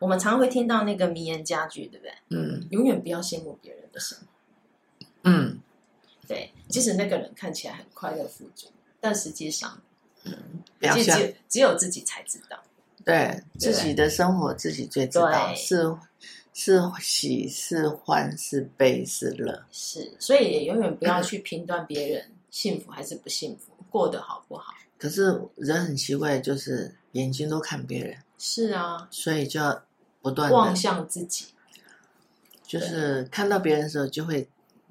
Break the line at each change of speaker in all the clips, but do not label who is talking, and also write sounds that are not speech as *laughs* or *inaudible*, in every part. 我们常会听到那个名言佳句，对不对？
嗯
永远不要羡慕别人的生活，
嗯，
对，即使那个人看起来很快乐富足，但实际上，
表
其实只
现
有只有自己才知道。
对自己的生活自己最知道，
对
是是喜是欢是悲是乐，
是，所以也永远不要去评断别人幸福还是不幸福，过得好不好。
可是人很奇怪，就是眼睛都看别人，
是啊，
所以就要不断
望
的，
向自己。
就是看到别人的时候，就会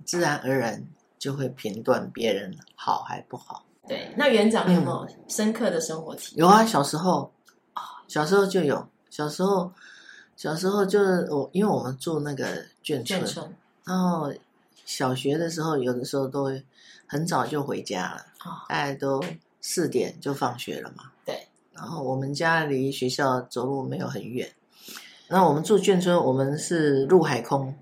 自然而然就会评断别人好还不好。
对，那园长有没有深刻的生活体验？
有啊，小时候啊，小时候就有，小时候小时候就是我，因为我们住那个
眷
眷村，
村
然后小学的时候，有的时候都会很早就回家了，
啊，
大概都四点就放学了嘛。
对。
然后我们家离学校走路没有很远，那我们住眷村，我们是陆海空，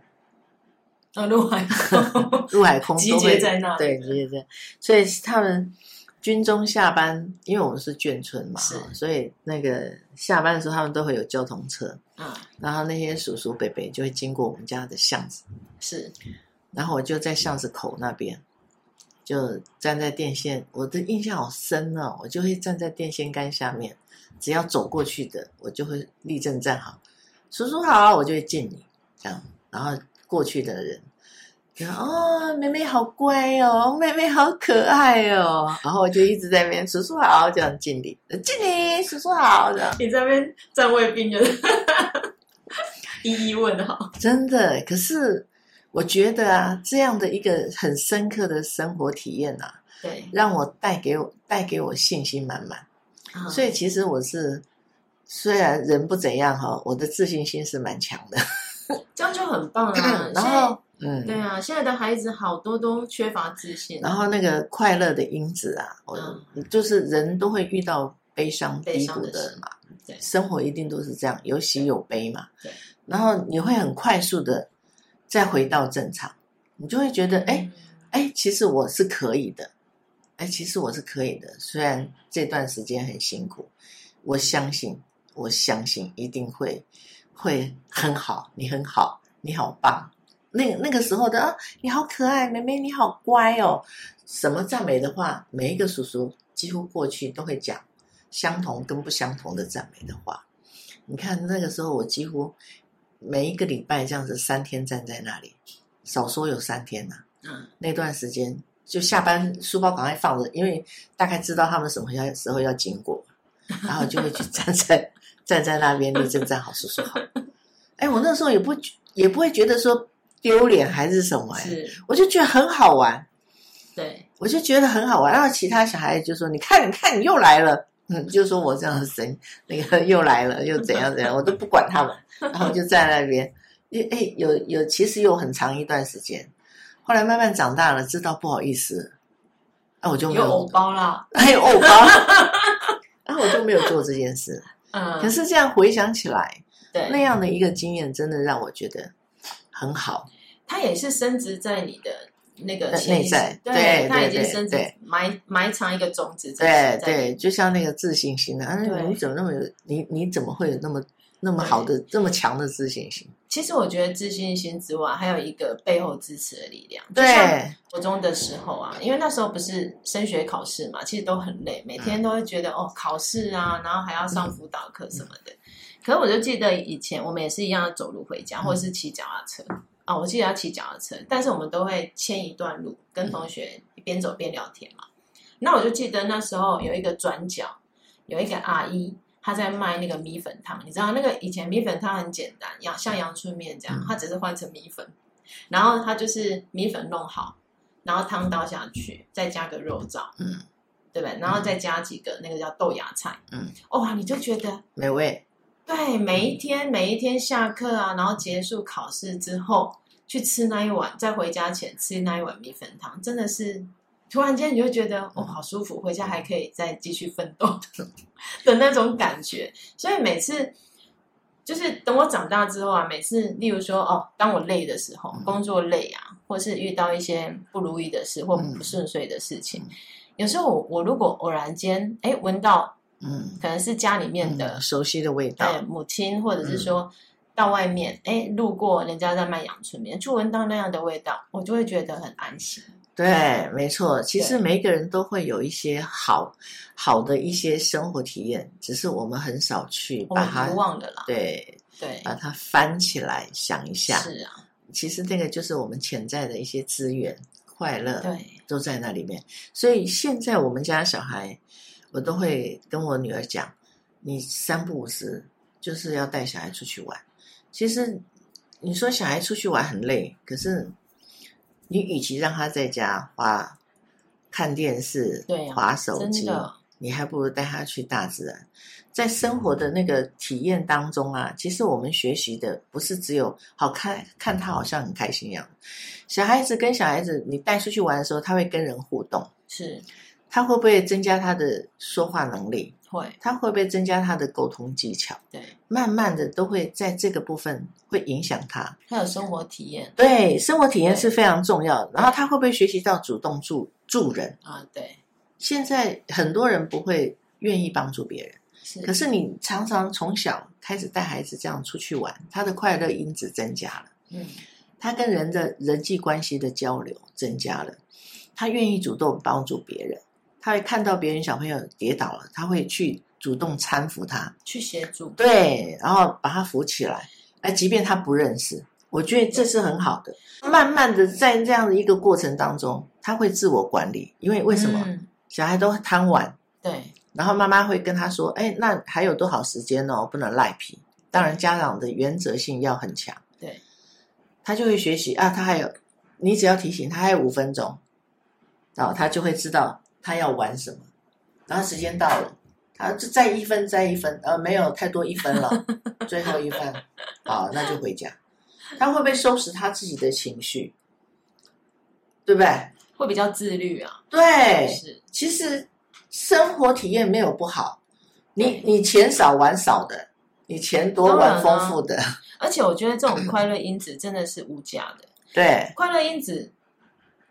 那陆海空
*laughs* 陆海空
集
都
结
会
在那里
对，集结在，所以他们军中下班，因为我们是眷村嘛，
是
哈所以那个下班的时候他们都会有交通车，
*laughs* 啊，
然后那些叔叔伯伯就会经过我们家的巷子，
是
然后我就在巷子口那边，就站在电线，我的印象好深哦，我就会站在电线杆下面，只要走过去的，我就会立正站好，叔叔好，我就会敬你这样，然后过去的人。就哦，妹妹好乖哦，妹妹好可爱哦。然后我就一直在那边，叔叔好，这样敬礼，呃敬礼，叔叔好，这样。
你在那边站卫兵人， *laughs* 一一问好。
真的，欸可是我觉得啊，这样的一个很深刻的生活体验啊，
对，
让我带给我带给我信心满满。
啊
所以其实我是虽然人不怎样哈，我的自信心是蛮强的。
这样就很棒啊。
然后嗯
现在，对啊，现在的孩子好多都缺乏自信，
然后那个快乐的因子啊，我、就是人都会遇到悲伤
嗯悲
低
伤
谷
的
的
事
嘛，
对
生活一定都是这样，有喜有悲嘛。
对，
然后你会很快速的再回到正常，你就会觉得哎。
嗯
哎，其实我是可以的，哎，其实我是可以的，虽然这段时间很辛苦，我相信，我相信一定会会很好，你很好，你好棒。那那个时候的啊，你好可爱，妹妹你好乖哦，什么赞美的话，每一个叔叔几乎过去都会讲相同跟不相同的赞美的话。你看那个时候，我几乎每一个礼拜这样子三天站在那里，少说有三天哦呐、
嗯，
那段时间，就下班书包赶快放着，因为大概知道他们什么要时候要经过，然后就会去站在 *laughs* 站在那边立正站好，叔叔好。哎，我那时候也不觉也不会觉得说丢脸还是什么、哎，
是，
我就觉得很好玩，
对，
我就觉得很好玩。然后其他小孩就说：“你看，你看，你又来了。”嗯，就说我这样的神，那个又来了，又怎样怎样，我都不管他们，然后就在那边。哎哎，有有，其实有很长一段时间，后来慢慢长大了，知道不好意思，那、我就没
有偶
有，
包啦，
还有偶包，然后我就没有做这件事。
嗯，
可是这样回想起来，那
对，
样的一个经验，真的让我觉得很好。
它也是深植在你的。那个
内
潜意识
内在
对，
对
它已经
对对
深植
对
埋埋藏一个种子在你，
对
在
对，就像那个自信心啊，啊
对
你怎么那么有你你怎么会有那么那么好的这么强的自信心？
其实我觉得自信心之外，还有一个背后支持的力量。就像
对
国中的时候啊，因为那时候不是升学考试嘛，其实都很累，每天都会觉得、哦考试啊，然后还要上辅导课什么的。可是我就记得以前我们也是一样走路回家，或者是骑脚踏车啊、我记得要骑脚踏车，但是我们都会牵一段路，跟同学一边走边聊天嘛。那我就记得那时候有一个转角，有一个阿姨，她在卖那个米粉汤。你知道那个以前米粉汤很简单，像像阳春面这样，
嗯
它只是换成米粉，然后它就是米粉弄好，然后汤倒下去，再加个肉燥，
嗯，
对不对？然后再加几个那个叫豆芽菜，
嗯，
哇，你就觉得
美味，
对，每一天每一天下课啊，然后结束考试之后，去吃那一碗，在回家前吃那一碗米粉汤，真的是突然间你就觉得哦，好舒服，回家还可以再继续奋斗的的那种感觉。所以每次就是等我长大之后啊，每次例如说哦，当我累的时候，
嗯
工作累啊，或是遇到一些不如意的事或
嗯
不顺遂的事情
嗯，
有时候我我如果偶然间哎闻到
嗯，
可能是家里面的
嗯熟悉的味道，
对母亲，或者
嗯
是说到外面，哎、路过人家在卖阳春面，就闻到那样的味道，我就会觉得很安心。
对，没错。其实
对
每一个人都会有一些好好的一些生活体验，只是我们很少去
我
把
们
它
不忘了啦，
对
对，
把它翻起来想一下。
是啊，
其实那个就是我们潜在的一些资源、快乐
对，
都在那里面。所以现在我们家小孩，我都会跟我女儿讲，你三不五时就是要带小孩出去玩。其实你说小孩出去玩很累，可是你与其让他在家花看电视、
对啊
划手
真
机，
的，
你还不如带他去大自然，在生活的那个体验当中啊，其实我们学习的不是只有好看，看他好像很开心一样。小孩子跟小孩子，你带出去玩的时候，他会跟人互动，
是
他会不会增加他的说话能力？
会，
他会不会增加他的沟通技巧？
对，
慢慢的都会在这个部分会影响他。
还有生活体验
对，生活体验是非常重要的。然后他会不会学习到主动助助人？
啊，对，
现在很多人不会愿意帮助别人。
是，
可是你常常从小开始带孩子这样出去玩，他的快乐因子增加了，
嗯，
他跟人的人际关系的交流增加了，他愿意主动帮助别人，他会看到别人小朋友跌倒了，他会去主动搀扶他，
去协助，
对，然后把他扶起来，哎，即便他不认识，我觉得这是很好的。慢慢的在这样的一个过程当中，他会自我管理，因为为什么、
嗯
小孩都贪玩，
对，
然后妈妈会跟他说：“哎，那还有多少时间哦？不能赖皮。”当然，家长的原则性要很强。
对，
他就会学习啊，他还有，你只要提醒他还有五分钟，然后他就会知道他要玩什么。然后时间到了，他就再一分再一分，呃，没有太多一分了，最后一分，好，那就回家。他会不会收拾他自己的情绪？对不对？
会比较自律啊，
对，
是，
其实生活体验没有不好，你你钱少玩少的，你钱多玩丰富的，
而且我觉得这
*clears throat*
种快乐因子真的是无价的。
对，
快乐因子，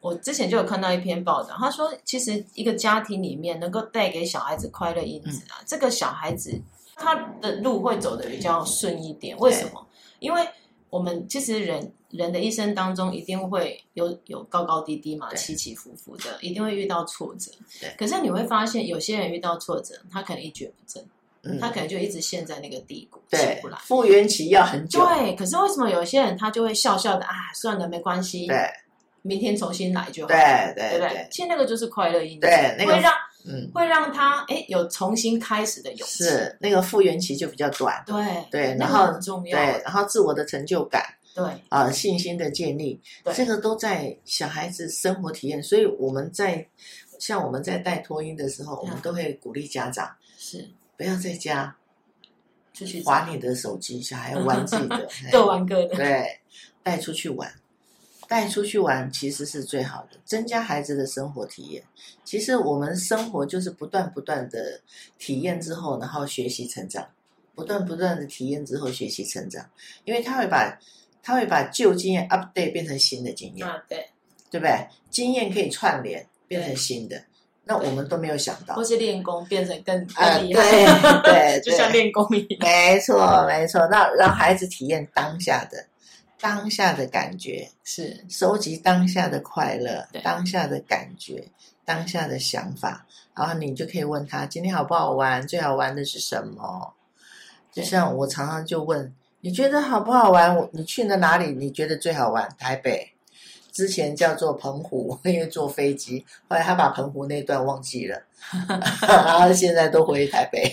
我之前就有看到一篇报道，他说，其实一个家庭里面能够带给小孩子快乐因子啊，
嗯
这个小孩子他的路会走得比较顺一点。为什么？因为我们其实人人的一生当中，一定会有有高高低低嘛，
对
起起伏伏的，一定会遇到挫折
对。
可是你会发现，有些人遇到挫折，他可能一蹶不振，他
嗯，
可能就一直陷在那个低谷起
对
不来，。
复原期要很久，
对，可是为什么有些人他就会笑笑的啊，算了，没关系，
对
明天重新来就好，
对
对
对
不
对
对？，其实那个就是快乐因子，
对那个
会让
嗯，
会让他哎有重新开始的勇气，
是那个复原期就比较短，
对
对
那
然后
个很重
对
要，，
然后自我的成就感
对
啊、信心的建立，
对
这个都在小孩子生活体验，所以我们在像我们在带托婴的时候，我们
嗯
都会鼓励家长
是
不要在家
出去
划你的手机，小孩玩自
*laughs*
己的，哎嘿
各玩各的，
对，带出去玩，带出去玩其实是最好的，增加孩子的生活体验。其实我们生活就是不断不断的体验之后，然后学习成长，不断不断的体验之后学习成长，因为他会把他会把旧经验 update 变成新的经验，
啊对，
对不对？经验可以串联变成
对
新的，那我们都没有想到
或。是练功变成更
呃，
更
对
厉害，，
对
就像
对
练功一样，
没错没错，让让孩子体验当下的当下的感觉，
是
收集当下的快乐
对、
当下的感觉、当下的想法，然后你就可以问他今天好不好玩，最好玩的是什么？就
对
像我常常就问，你觉得好不好玩？我你去了哪里？你觉得最好玩？台北。之前叫做澎湖， *laughs* 因为坐飞机，后来他把澎湖那段忘记 *laughs* 了，然后现在都回台北。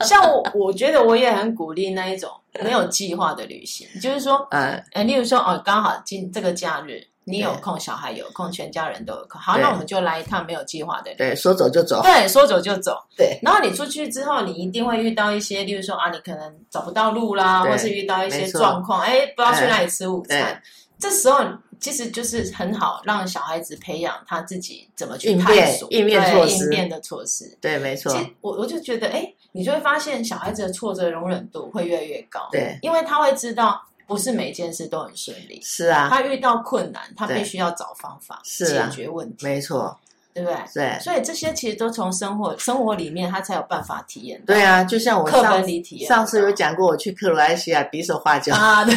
像我，我觉得我也很鼓励那一种没有计划的旅行，就是说
嗯，
呃，例如说哦，刚好今这个假日你有
对
空，小孩有空，全家人都有空，好，
对
那我们就来一趟没有计划的旅。
对，说走就走，
对，说走就走。
对，
然后你出去之后，你一定会遇到一些，例如说啊，你可能找不到路啦，
对
或是遇到一些
没错
状况，哎，不知道去哪里吃午
对
餐。这时候其实就是很好让小孩子培养他自己怎么去
应
探
变
索
应变
对
措施
应变的措施。
对，没错
其，实我我就觉得，哎，你就会发现小孩子的挫折容忍度会越来越高，
对，
因为他会知道不是每件事都很顺利，
是啊，
他遇到困难，他
对
必须要找方法
是啊
解决问题，
没错，
对不对？
对，
所以这些其实都从生活生活里面，他才有办法体验到。
对啊，就像
嗯
我
课
上
本里体验到
上次有讲过，我去克罗埃西亚比手画脚，
啊， *laughs* 对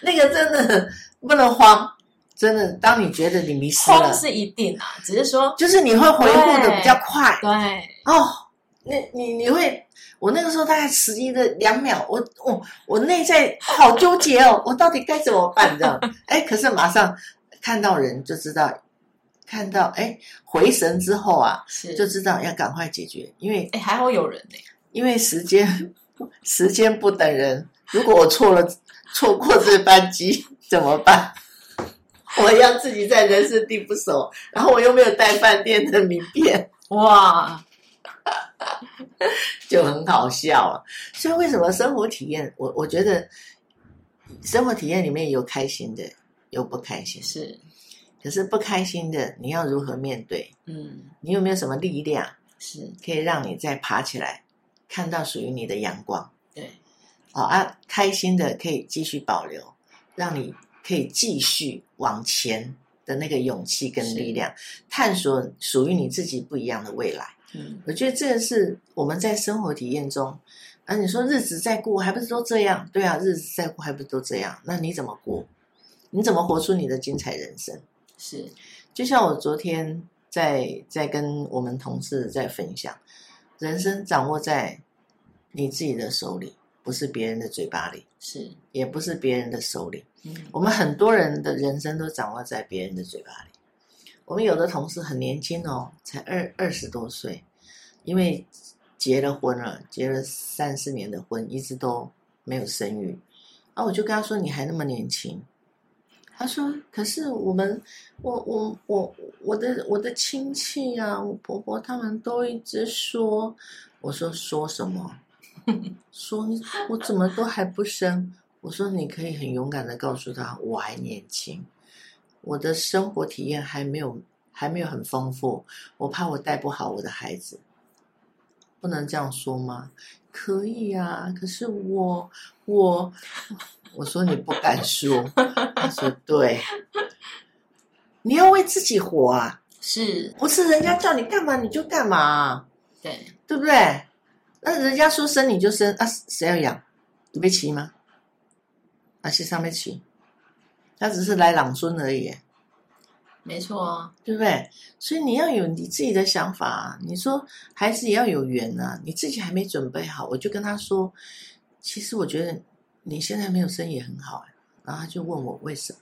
那个
*laughs*
真的不能慌，真的，当你觉得你迷失了
慌，是一定啊，只是说
就是你会回顾的比较快
对
哦。那你你会，我那个时候大概迟疑的两秒，我我我内在好纠结哦，我到底该怎么办？这样，哎，可是马上看到人就知道，看到哎回神之后啊，
是
就知道要赶快解决，因为
哎、还好有人呢、
因为时间 *laughs* 时间不等人，如果我错了错过这班机怎么办？ *laughs* 我要自己在人生地不熟，然后我又没有带饭店的名片，
哇，
就很好笑了。所以为什么生活体验，我我觉得生活体验里面有开心的，有不开心。
是，
可是不开心的，你要如何面对？
嗯，
你有没有什么力量
是
可以让你再爬起来，看到属于你的阳光？
对，
哦啊，开心的可以继续保留，让你可以继续往前的那个勇气跟力量，探索属于你自己不一样的未来。
嗯，
我觉得这个是我们在生活体验中，啊，你说日子在过，还不是都这样？对啊，日子在过，还不是都这样？那你怎么过？你怎么活出你的精彩人生？
是
就像我昨天在在跟我们同事在分享，人生掌握在你自己的手里，不是别人的嘴巴里，
是，
也不是别人的手里。
嗯，
我们很多人的人生都掌握在别人的嘴巴里。我们有的同事很年轻哦，才二二十多岁，因为结了婚了，结了三四年的婚，一直都没有生育。啊，我就跟他说：“你还那么年轻。”他说：“可是我们，我我我我的我的亲戚啊，我婆婆他们都一直说。”我说：“说什么？ *laughs* 说你我怎么都还不生？”我说你可以很勇敢的告诉他，我还年轻，我的生活体验还没有还没有很丰富，我怕我带不好我的孩子，不能这样说吗？可以啊，可是我我我说你不敢说，他说对，你要为自己活啊，
是，
不是人家叫你干嘛你就干嘛啊、
对，
对不对？那人家说生你就生啊，谁要养？你被骑吗？啊，去上面骑，他只是来朗孙而已，
没错啊，
对不对？所以你要有你自己的想法啊。你说孩子也要有缘啊，你自己还没准备好，我就跟他说，其实我觉得你现在没有生也很好、啊。然后他就问我为什么，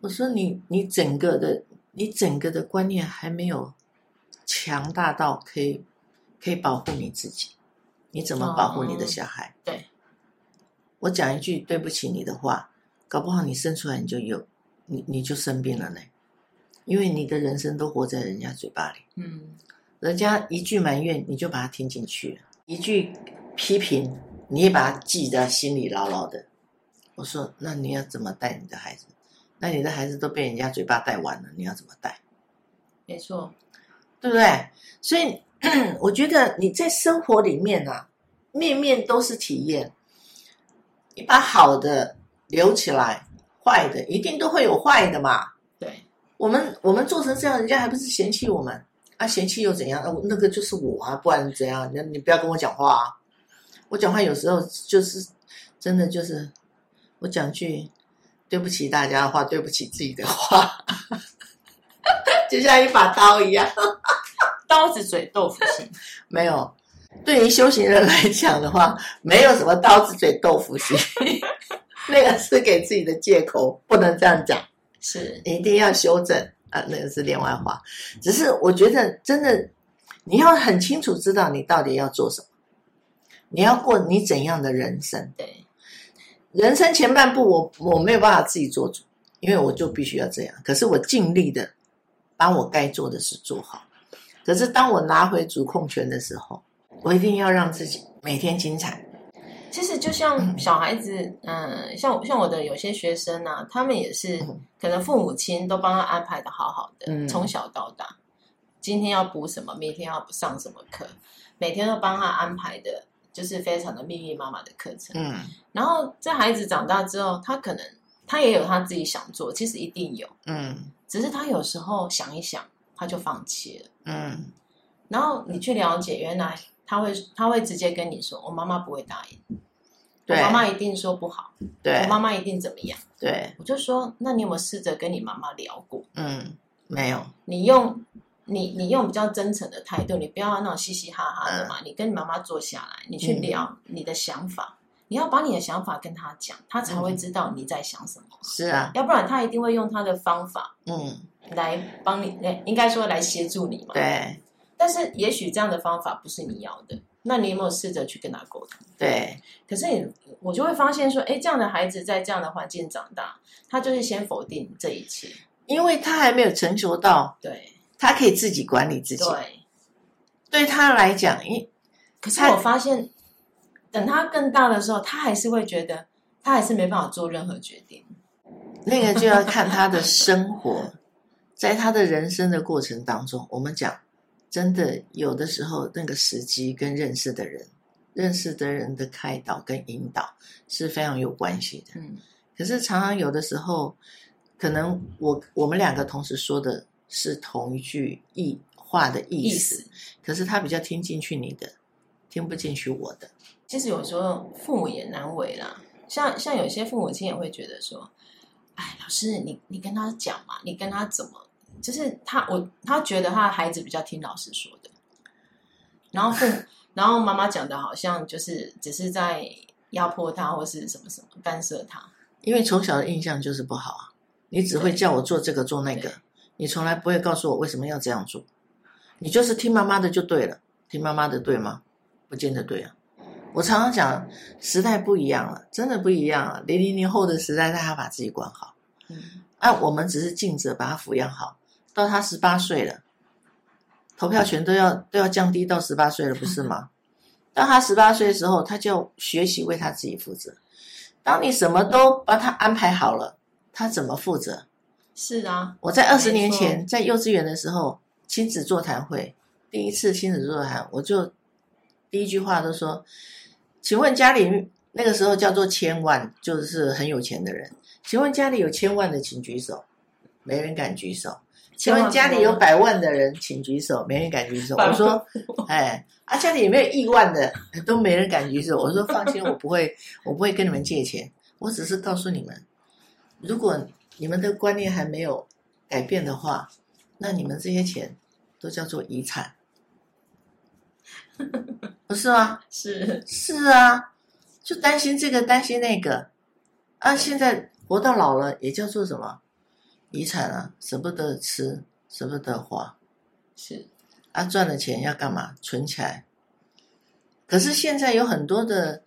我说你你整个的你整个的观念还没有强大到可以可以保护你自己，你怎么保护你的小孩？
对，
我讲一句对不起你的话，搞不好你生出来你就有你你就生病了呢，因为你的人生都活在人家嘴巴里。
嗯，
人家一句埋怨，你就把它听进去了；一句批评，你也把它记在心里牢牢的。我说，那你要怎么带你的孩子？那你的孩子都被人家嘴巴带完了，你要怎么带？
没错，
对不对？所以 *clears throat* 我觉得你在生活里面啊，面面都是体验。你把好的留起来，坏的一定都会有坏的嘛。
对，
我们我们做成这样，人家还不是嫌弃我们啊？嫌弃又怎样？啊，我那个就是我啊，不然怎样？那你不要跟我讲话啊！我讲话有时候就是真的就是，我讲句对不起大家的话，对不起自己的话， *laughs* 就像一把刀一样。
刀子嘴豆腐心，
没有，对于修行人来讲的话，没有什么刀子嘴豆腐心， *laughs* 那个是给自己的借口，不能这样讲。
是，
一定要修正啊，那个是另外话。只是我觉得真的，你要很清楚知道你到底要做什么，你要过你怎样的人生。
对，
人生前半部我，我没有办法自己做主，因为我就必须要这样。可是我尽力的把我该做的事做好。可是当我拿回主控权的时候，我一定要让自己每天精彩。
其实就像小孩子，嗯，像像我的有些学生啊，他们也是
嗯
可能父母亲都帮他安排的好好的，
嗯
从小到大，今天要补什么，明天要上什么课，每天都帮他安排的，就是非常的密密麻麻的课程。
嗯
然后这孩子长大之后，他可能他也有他自己想做，其实一定有，
嗯
只是他有时候想一想，他就放弃了。
嗯
然后你去了解，原来他会他会直接跟你说，我妈妈不会答应，我
对
妈妈一定说不好，我
对
妈妈一定怎么样。
对，
我就说，那你有没有试着跟你妈妈聊过？
嗯，没有，
你用你你用比较真诚的态度，你不要那种嘻嘻哈哈的嘛。你跟你妈妈坐下来，你去聊你的想法，你要把你的想法跟她讲，她才会知道你在想什么。
是啊，
要不然她一定会用她的方法
嗯，
来帮你，来应该说来协助你嘛。
对
但是也许这样的方法不是你要的，那你有没有试着去跟他沟通？
对，
可是你我就会发现说，哎，这样的孩子在这样的环境长大，他就是先否定这一切，
因为他还没有成熟到，
对
他可以自己管理自己。
对。
对他来讲，因
可是
他
我发现，等他更大的时候，他还是会觉得他还是没办法做任何决定。
那个就要看他的生活，在他的人生的过程当中，我们讲，真的有的时候那个时机跟认识的人、认识的人的开导跟引导是非常有关系的。
嗯
可是常常有的时候，可能我我们两个同时说的是同一句意话的意
意
思，
思
可是他比较听进去你的，听不进去我的。
其实有时候父母也难为啦，像像有些父母亲也会觉得说，哎，老师，你你跟他讲嘛，你跟他怎么，就是他我他觉得他的孩子比较听老师说 *laughs* 的，然后父母然后妈妈讲的好像就是只是在压迫他或是什么什么干涉他，
因为从小的印象就是不好啊，你只会叫我做这个做那个
对，
你从来不会告诉我为什么要这样做，你就是听妈妈的就对了，听妈妈的对吗？不见得对啊。我常常讲，时代不一样了，真的不一样了。零零零后的时代，大家把自己管好，
嗯，
啊，我们只是尽责把他抚养好，到他十八岁了，投票权都要都要降低到十八岁了，不是吗？到他十八岁的时候，他就要学习为他自己负责。当你什么都把他安排好了，他怎么负责？
是啊，
我在二十年
没
前在幼稚园的时候，亲子座谈会第一次亲子座谈，我就第一句话都说：“请问家里那个时候叫做千万，就是很有钱的人，请问家里有千万的请举手，没人敢举手。”请问家里有百万的人，请举手，没人敢举手。
百万
我说，哎，啊，家里有没有亿万的，都没人敢举手。我说，放心，我不会，我不会跟你们借钱，我只是告诉你们，如果你们的观念还没有改变的话，那你们这些钱都叫做遗产，不是吗？
是
是啊，就担心这个，担心那个，啊，现在活到老了也叫做什么遗产啊，舍不得吃，舍不得花，
是，
啊，赚了钱要干嘛？存起来。可是现在有很多的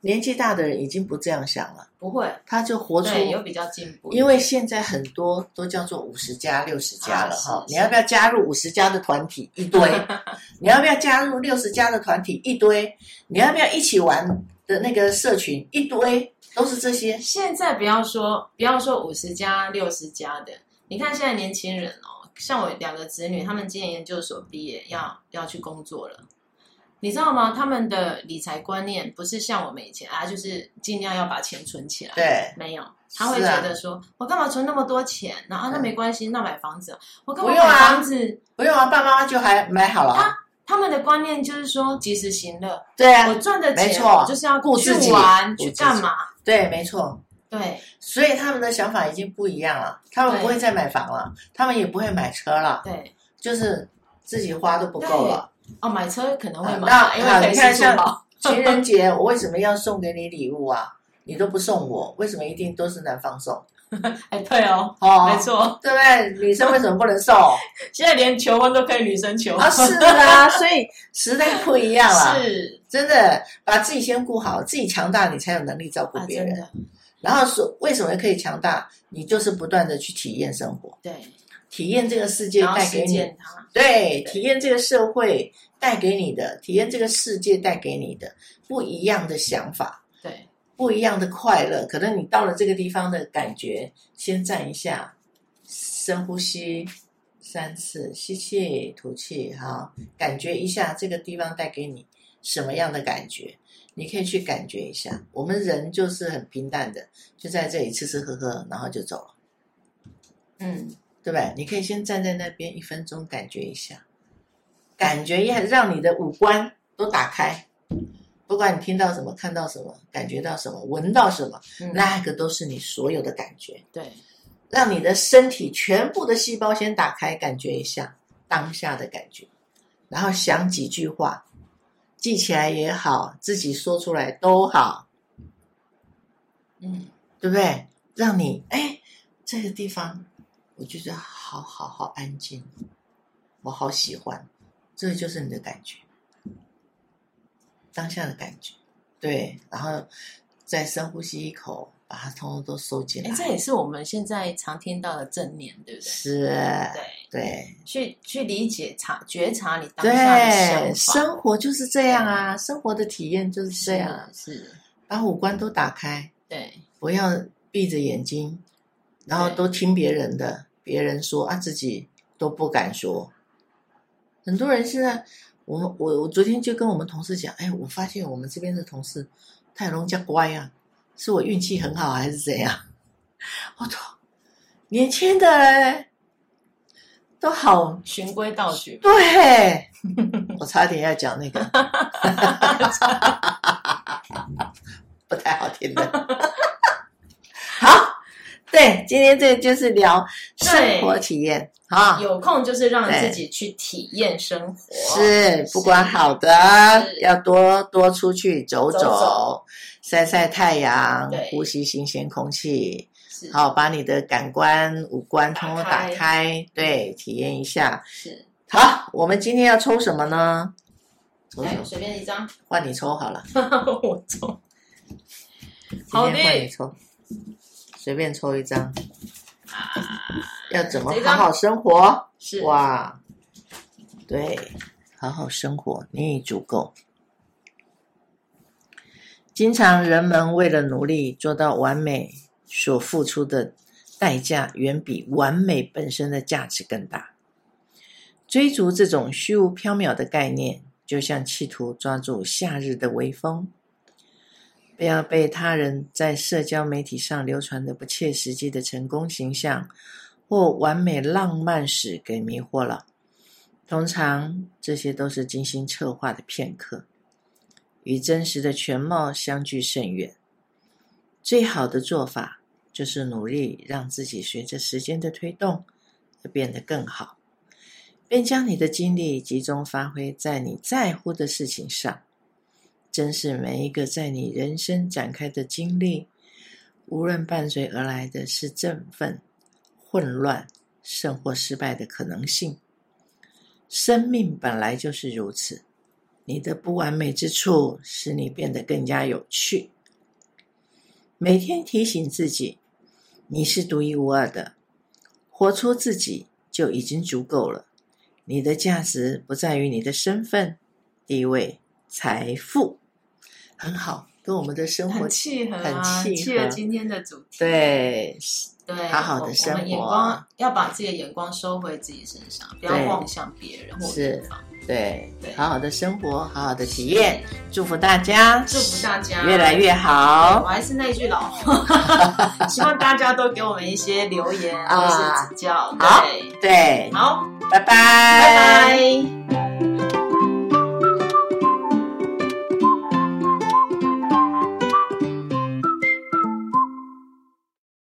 年纪大的人已经不这样想了，
不会，
他就活出，
对，有比较进步，
因为现在很多都叫做五十加、六十加了
啊是
哈、
是
你要不要加入五十加的团体？一
*laughs*
堆。你要不要加入六十加的团体？一堆。你要不要一起玩的那个社群？一堆都是这些。
现在不要说不要说五十加六十加的，你看现在年轻人哦，像我两个子女，他们今年研究所毕业要要去工作了，你知道吗？他们的理财观念不是像我们以前啊，就是尽量要把钱存起来，
对，
没有。他会
是啊
觉得说，我干嘛存那么多钱？然后、啊、那
嗯
没关系，那买房子，我干嘛
不用
买
啊
房子？
不用啊，爸妈就还买好了啊。
他们的观念就是说及时行乐，
对
我
啊，
赚的
没
钱
错
我就是要
顾自己
去玩
顾
去
自己
干嘛？
对，没错。
对，
所以他们的想法已经不一样了，他们
对
不会再买房了，他们也不会买车了，
对，
就是自己花都不够了。
哦，买车可能会
嗯
买，
那
因
好
为可以
你看
是
像
珠宝。
情人节我为什么要送给你礼物啊？你都不送我，为什么一定都是男方送？
*laughs* 哎，对哦，
哦，
没，错，
对不对？女生为什么不能送？
现在连求婚都啊可以女生求
啊，是啊，所
*laughs*
以时代不一样了，
是
真的把自己先顾好，自己强大，你才有能力照顾
啊，
别
真
人。
的，
然后说为什么可以强大？你就是不断的去体验生活，
对，
体验这个世界
然后
带
实
给你，
践它，
对，
对
体验这个社会，带给你的体验，这个世界带给你的不一样的想法，
对，
不一样的快乐。可能你到了这个地方的感觉，先站一下，深呼吸三次，吸气吐气，哈，感觉一下这个地方带给你什么样的感觉。你可以去感觉一下，我们人就是很平淡的，就在这里吃吃喝喝，然后就走了。
嗯，
对不对？你可以先站在那边一分钟，感觉一下，感觉也让你的五官都打开，不管你听到什么、看到什么、感觉到什么、闻到什么，
嗯
那个都是你所有的感觉，
对，
让你的身体全部的细胞先打开，感觉一下当下的感觉，然后想几句话，记起来也好，自己说出来都好，
嗯，
对不对？让你哎，这个地方我觉得好好好安静，我好喜欢，这就是你的感觉，当下的感觉，对，然后再深呼吸一口，把它通通都收进
哎、
来。
这也是我们现在常听到的正念，对不对？
是，
对，
对
去去理解、察觉察你当下
对，
的想法，
生活就是这样啊，生活的体验就是这样啊，
是，是
把五官都打开，
对，
不要闭着眼睛，然后
对
都听别人的，别人说啊，自己都不敢说。很多人现在，我们我我昨天就跟我们同事讲，哎，我发现我们这边的同事太容家乖啊，是我运气很好还是怎样？ *laughs* 我操，年轻的人都好
循规蹈矩， *laughs*
对，我差点要讲那个，不太好听的。 *laughs* 好，对，今天这就是聊生活体验啊，
有空就是让
对
自己去体验生活，
是不管好的，
是
要多多出去走
走走
晒晒太阳
对，
呼吸新鲜空气。
是，
好，把你的感官、五官通通打
打开
开，对，体验一下。
是，
好，我们今天要抽什么呢？抽什
来
么？
哎随便一张，
换你抽好了，
*laughs* 我中，好
今天换你
的，
抽，随便抽一张。要怎么
啊这
好
张
好生活？
是，
哇，对，好好生活，你已足够。经常人们为了努力做到完美，所付出的代价远比完美本身的价值更大。追逐这种虚无缥缈的概念，就像企图抓住夏日的微风，不要被他人在社交媒体上流传的不切实际的成功形象或完美浪漫史给迷惑了。通常这些都是精心策划的片刻，与真实的全貌相距甚远。最好的做法就是努力让自己随着时间的推动而变得更好，并将你的精力集中发挥在你在乎的事情上。真是每一个在你人生展开的经历，无论伴随而来的是振奋、混乱、胜或失败的可能性。生命本来就是如此，你的不完美之处使你变得更加有趣。每天提醒自己，你是独一无二的，活出自己就已经足够了。你的价值不在于你的身份、地位、财富，很好，跟我们的生活
很契合
很
啊，
契
契合
合
今天的主题，
对
对，
好好地
我我
生
们眼
活啊
光要把自己的眼光收回自己身上，不要
对
妄想别人或
是
对方。
对
对
好好的生活，好好的体验，祝福大家，
祝福大家
越来越
我
好。
还是那句老
*laughs*
话，希望大家都给我们一些留言或
啊
是指教。
好
对，
对，
好，
拜拜，拜
拜拜。